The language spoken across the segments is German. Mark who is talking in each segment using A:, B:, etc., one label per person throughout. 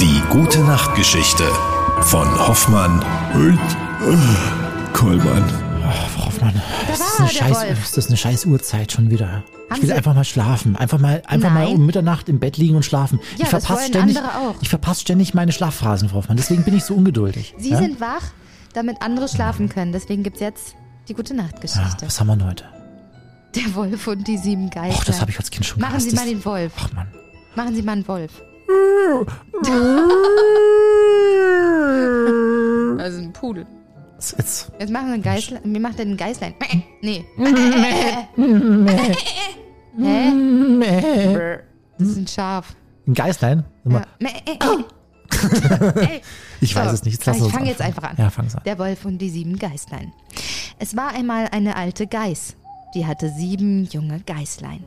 A: Die gute Nachtgeschichte von Hoffmann und äh, Kollmann.
B: Ach, Hoffmann, ist das,
C: war
B: eine
C: der
B: scheiß,
C: Wolf.
B: ist das eine scheiß Uhrzeit schon wieder?
C: Haben
B: Ich will
C: Sie-
B: einfach mal schlafen. Einfach mal, einfach mal
C: Nein.
B: um Mitternacht im Bett liegen und schlafen.
C: Ja,
B: ich
C: das
B: verpasse
C: wollen
B: ständig,
C: andere auch.
B: ich verpasse ständig meine Schlafphasen, Frau Hoffmann. Deswegen bin ich so ungeduldig.
C: Sie
B: ja?
C: sind wach, damit andere schlafen können. Deswegen gibt's jetzt die gute
B: ja,
C: Nachtgeschichte.
B: was haben wir denn heute?
C: Der Wolf und die sieben Geister.
B: Och, das habe ich als Kind schon
C: Machen
B: gehasst.
C: Sie mal den Wolf.
B: Ach Mann.
C: Machen Sie mal einen Wolf. Das ist Also ein Pudel.
B: Was Jetzt.
C: Jetzt machen wir einen Geißlein. Mir macht er einen Geißlein. Nee. Hä? Das ist ein Schaf.
B: Ein Geißlein? Sag mal,
C: Ja.
B: Ich weiß
C: So,
B: es nicht. Jetzt lassen wir
C: ich
B: uns
C: fang jetzt
B: anfangen.
C: einfach an.
B: Ja, fang's an.
C: Der Wolf und die sieben Geißlein. Es war einmal eine alte Geiß. Die hatte sieben junge Geißlein.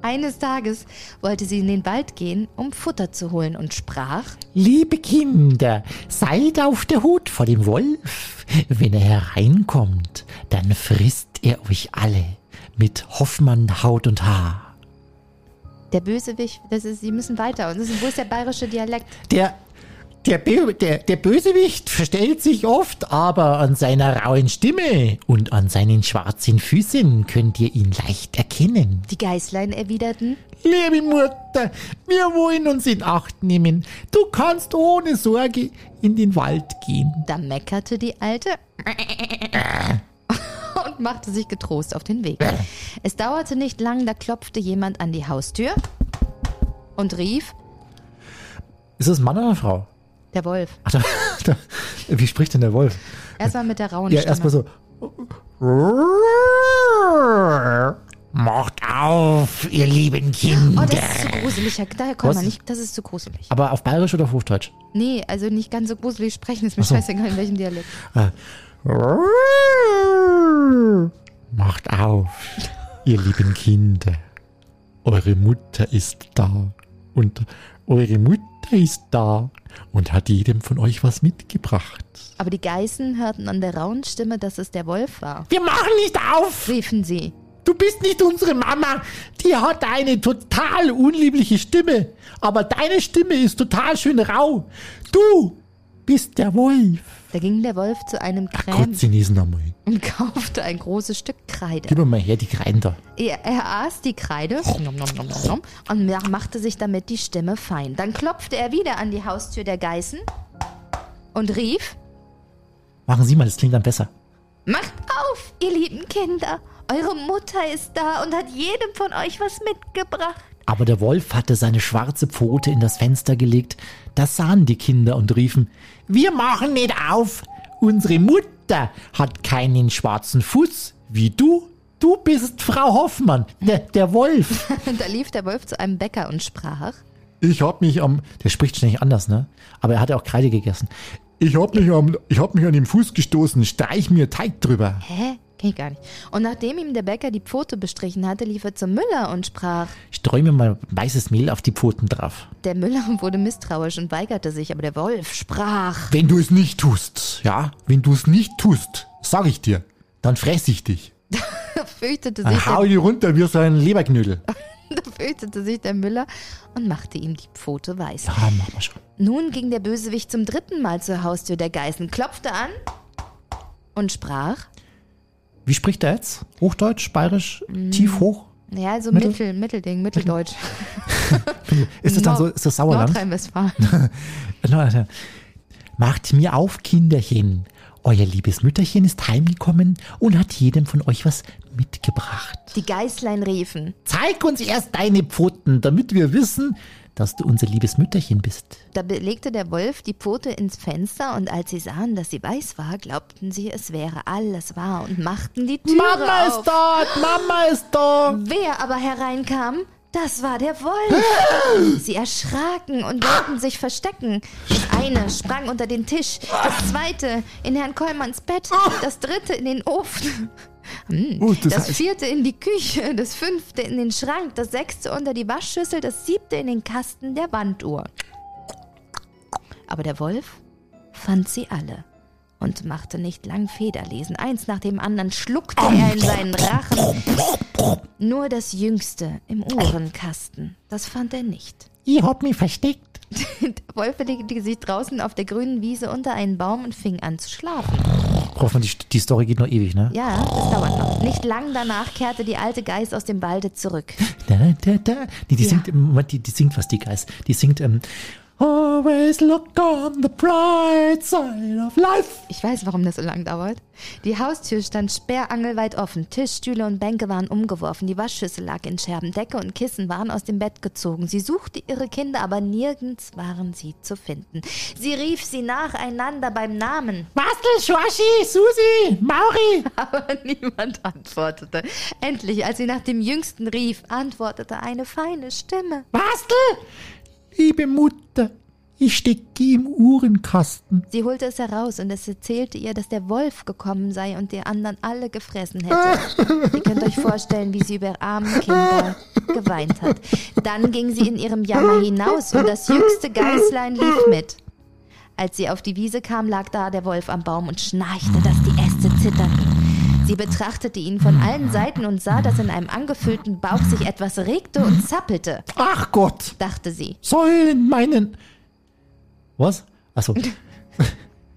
C: Eines Tages wollte sie in den Wald gehen, um Futter zu holen und sprach.
B: Liebe Kinder, seid auf der Hut vor dem Wolf. Wenn er hereinkommt, dann frisst er euch alle mit Hoffmann Haut und Haar.
C: Der Bösewicht, das ist, sie müssen weiter. Und das ist, wo ist der bayerische Dialekt?
B: Der, der, Bö- der, der Bösewicht verstellt sich oft, aber an seiner rauen Stimme und an seinen schwarzen Füßen könnt ihr ihn leicht erkennen.
C: Die Geißlein erwiderten.
B: Liebe Mutter, wir wollen uns in Acht nehmen. Du kannst ohne Sorge in den Wald gehen.
C: Da meckerte die Alte und machte sich getrost auf den Weg. Es dauerte nicht lang, da klopfte jemand an die Haustür und rief,
B: Ist das ein Mann oder eine Frau?
C: der Wolf.
B: Ach, da, da, wie spricht denn der Wolf?
C: Erstmal mit der rauen
B: Ja,
C: Stimme.
B: erstmal so. Macht auf, ihr lieben
C: Oh,
B: Kinder.
C: das ist zu gruselig. Herr- Daher kommt
B: Was?
C: man nicht. Das ist zu gruselig.
B: Aber auf Bayerisch oder auf Hochdeutsch?
C: Nee, also nicht ganz so gruselig sprechen. Ist mir scheißegal, in welchem Dialekt.
B: Macht auf, ihr lieben Kinder. Eure Mutter ist da. Und eure Mutter ist da und hat jedem von euch was mitgebracht.
C: Aber die Geißen hörten an der rauen Stimme, dass es der Wolf war.
B: Wir machen nicht auf!
C: Riefen sie.
B: Du bist nicht unsere Mama. Die hat eine total unliebliche Stimme. Aber deine Stimme ist total schön rau. Du bist der Wolf.
C: Da ging der Wolf zu einem Kräm
B: Gott, Chinesen einmal.
C: und kaufte ein großes Stück Kreide.
B: Gib mir mal her die Kreiden da.
C: Er, er aß die Kreide nom, nom, nom, nom, nom, und ma- machte sich damit die Stimme fein. Dann klopfte er wieder an die Haustür der Geißen und rief:
B: Machen Sie mal, das klingt dann besser.
C: Macht auf, ihr lieben Kinder! Eure Mutter ist da und hat jedem von euch was mitgebracht.
B: Aber der Wolf hatte seine schwarze Pfote in das Fenster gelegt. Das sahen die Kinder und riefen, wir machen nicht auf. Unsere Mutter hat keinen schwarzen Fuß wie du. Du bist Frau Hoffmann, der, der Wolf.
C: Da lief der Wolf zu einem Bäcker und sprach.
B: Ich hab mich am. Der spricht ständig anders, ne? Aber er hat ja auch Kreide gegessen. Ich hab mich am. Ich hab mich an den Fuß gestoßen. Streich mir Teig drüber.
C: Hä? Kenn ich gar nicht. Und nachdem ihm der Bäcker die Pfote bestrichen hatte, lief er zum Müller und sprach.
B: Streu mir mal weißes Mehl auf die Pfoten drauf.
C: Der Müller wurde misstrauisch und weigerte sich, aber der Wolf sprach.
B: Wenn du es nicht tust, ja? Wenn du es nicht tust, sag ich dir, dann fress ich dich.
C: Da fürchtete sich,
B: Dann hau
C: der,
B: dir runter wie so ein Leberknödel.
C: da fürchtete sich der Müller und machte ihm die Pfote weiß.
B: Ah, mach mal schon.
C: Nun ging der Bösewicht zum dritten Mal zur Haustür der Geißen, klopfte an und sprach.
B: Wie spricht er jetzt? Hochdeutsch, bayerisch, tief hoch?
C: Ja, so
B: Mittel-
C: Mittel, Mittelding, Mitteldeutsch.
B: Ist das dann so,
C: Nord-
B: ist das Sauerland?
C: Nordrhein-Westfalen.
B: Leute, Macht mir auf, Kinderchen. Euer liebes Mütterchen ist heimgekommen und hat jedem von euch was mitgebracht.
C: Die Geißlein riefen.
B: Zeig uns erst deine Pfoten, damit wir wissen, dass du unser liebes Mütterchen bist.
C: Da legte der Wolf die Pfote ins Fenster und als sie sahen, dass sie weiß war, glaubten sie, es wäre alles wahr und machten die Türe
B: Mama
C: auf.
B: ist dort, Mama ist dort.
C: Wer aber hereinkam, das war der Wolf. Sie erschraken und wollten sich verstecken. Das eine sprang unter den Tisch, das zweite in Herrn Kollmanns Bett, das dritte in den Ofen. Hm.
B: Oh, das
C: das
B: heißt-
C: vierte in die Küche, das fünfte in den Schrank, das sechste unter die Waschschüssel, das siebte in den Kasten der Wanduhr. Aber der Wolf fand sie alle und machte nicht lang Federlesen. Eins nach dem anderen schluckte er in seinen Rachen. Nur das Jüngste im Ohrenkasten, das fand er nicht.
B: Ich hab mich versteckt
C: Der Wolf legte sich draußen auf der grünen Wiese unter einen Baum und fing an zu schlafen.
B: Hoffentlich, die Story geht noch ewig, ne?
C: Ja, das dauert noch. Nicht lang danach kehrte die alte Geiß aus dem Walde zurück.
B: Da, da, da. Nee, die
C: Ja.
B: singt, Moment, die, die singt was, die Geist. Die singt, ähm, Always look on the bright side of life.
C: Ich weiß, warum das so lang dauert. Die Haustür stand sperrangelweit offen. Tisch, Stühle und Bänke waren umgeworfen. Die Waschschüssel lag in Scherben. Decke und Kissen waren aus dem Bett gezogen. Sie suchte ihre Kinder, aber nirgends waren sie zu finden. Sie rief sie nacheinander beim Namen.
B: Bastel, Schwashi, Susi, Mauri.
C: Aber niemand antwortete. Endlich, als sie nach dem Jüngsten rief, antwortete eine feine Stimme.
B: Bastel! Liebe Mutter, ich stecke im Uhrenkasten.
C: Sie holte es heraus und es erzählte ihr, dass der Wolf gekommen sei und die anderen alle gefressen hätte. Ihr könnt euch vorstellen, wie sie über arme Kinder geweint hat. Dann ging sie in ihrem Jammer hinaus und das jüngste Geißlein lief mit. Als sie auf die Wiese kam, lag da der Wolf am Baum und schnarchte, dass die Äste zitterten. Sie betrachtete ihn von allen Seiten und sah, dass in einem angefüllten Bauch sich etwas regte und zappelte,
B: Ach Gott,
C: dachte sie.
B: sollen meinen... Was? Achso.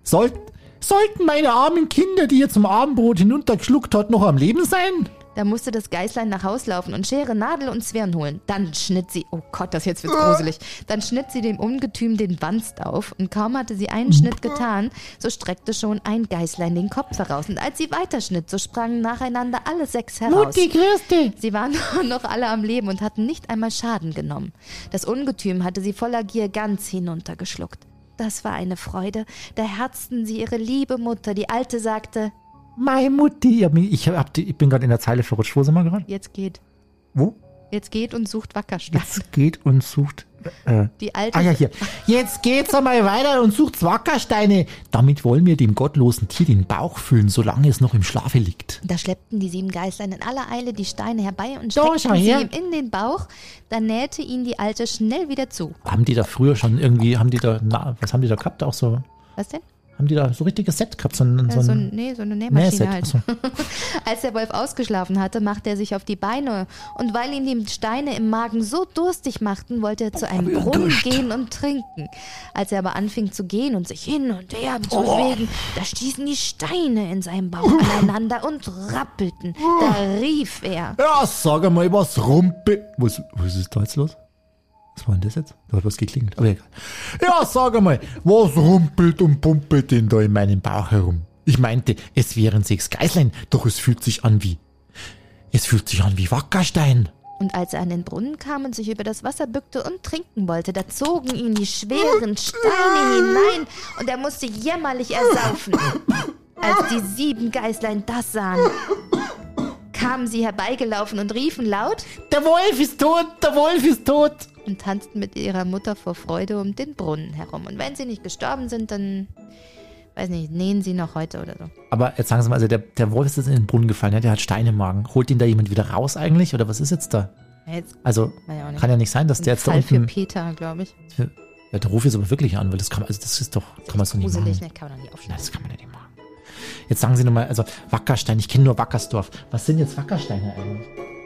B: Sollten... Sollten meine armen Kinder, die ihr zum Abendbrot hinuntergeschluckt hat, noch am Leben sein?
C: Da musste das Geißlein nach Haus laufen und Schere, Nadel und Zwirn holen. Dann schnitt sie, oh Gott, das jetzt wird's gruselig. Dann schnitt sie dem Ungetüm den Wanst auf und kaum hatte sie einen Schnitt getan, so streckte schon ein Geißlein den Kopf heraus. Und als sie weiterschnitt, so sprangen nacheinander alle sechs heraus.
B: Christi!
C: Sie waren noch alle am Leben und hatten nicht einmal Schaden genommen. Das Ungetüm hatte sie voller Gier ganz hinuntergeschluckt. Das war eine Freude. Da herzten sie ihre liebe Mutter. Die Alte sagte,
B: Meine Mutti, ich, hab mich, ich, hab die, ich bin gerade in der Zeile verrutscht. Wo sind wir gerade?
C: jetzt geht.
B: Wo?
C: Jetzt geht und sucht Wackerstein.
B: Jetzt geht und sucht. Äh,
C: Die alte.
B: ah ja, hier. Jetzt geht's einmal weiter und sucht Wackersteine. Damit wollen wir dem gottlosen Tier den Bauch füllen, solange es noch im Schlafe liegt.
C: Da schleppten die sieben Geißlein in aller Eile die Steine herbei und
B: So,
C: steckten
B: schau
C: sie
B: her.
C: ihm in den Bauch. Dann nähte ihn die Alte schnell wieder zu.
B: Haben die da früher schon irgendwie, haben die da, na, was haben die da gehabt? Auch so,
C: Was denn?
B: haben die da so richtiges Set gehabt? So, ein-
C: Ja,
B: so
C: so,
B: ein
C: ein, nee, so eine Nähmaschine
B: Nähset.
C: halt.
B: Achso.
C: Als der Wolf ausgeschlafen hatte, machte er sich auf die Beine. Und weil ihn die Steine im Magen so durstig machten, wollte er zu einem
A: wir
C: Brunnen
A: Durst.
C: gehen und trinken. Als er aber anfing zu gehen und sich hin und her zu
B: Oh.
C: bewegen, da stießen die Steine in seinem Bauch
B: Uh.
C: aneinander und rappelten. Da rief er.
B: Ja, sag mal, was rumpe. Was, was ist da jetzt los? Was war denn das jetzt? Da hat was geklingelt. Aber egal. Ja, sag mal, was rumpelt und pumpelt denn da in meinem Bauch herum? Ich meinte, es wären sechs Geißlein, doch es fühlt sich an wie. Es fühlt sich an wie Wackerstein.
C: Und als er an den Brunnen kam und sich über das Wasser bückte und trinken wollte, da zogen ihn die schweren Steine hinein und er musste jämmerlich ersaufen. Als die sieben Geißlein das sahen, kamen sie herbeigelaufen und riefen laut
B: Der Wolf ist tot, der Wolf ist tot.
C: und tanzten mit ihrer Mutter vor Freude um den Brunnen herum. Und wenn sie nicht gestorben sind, dann, weiß nicht, nähen sie noch heute oder so.
B: Aber jetzt sagen Sie mal, also der, der Wolf ist jetzt in den Brunnen gefallen, ja, der hat Steine im Magen. Holt ihn da jemand wieder raus eigentlich? Oder was ist jetzt da?
C: Ja, Jetzt
B: Also,
C: Weiß ich auch nicht.
B: kann ja nicht sein, dass der jetzt da
C: Fall für
B: unten.
C: Peter, glaube ich.
B: Ja, der ruft jetzt aber wirklich an, weil das kann, also das ist doch, kann man so nicht machen.
C: Gruselig, ne? Kann man doch nicht
B: Na,
C: aufschneiden.
B: das kann man ja nicht machen. Jetzt sagen Sie nochmal, also Wackerstein, ich kenne nur Wackersdorf. Was sind jetzt Wackersteine eigentlich?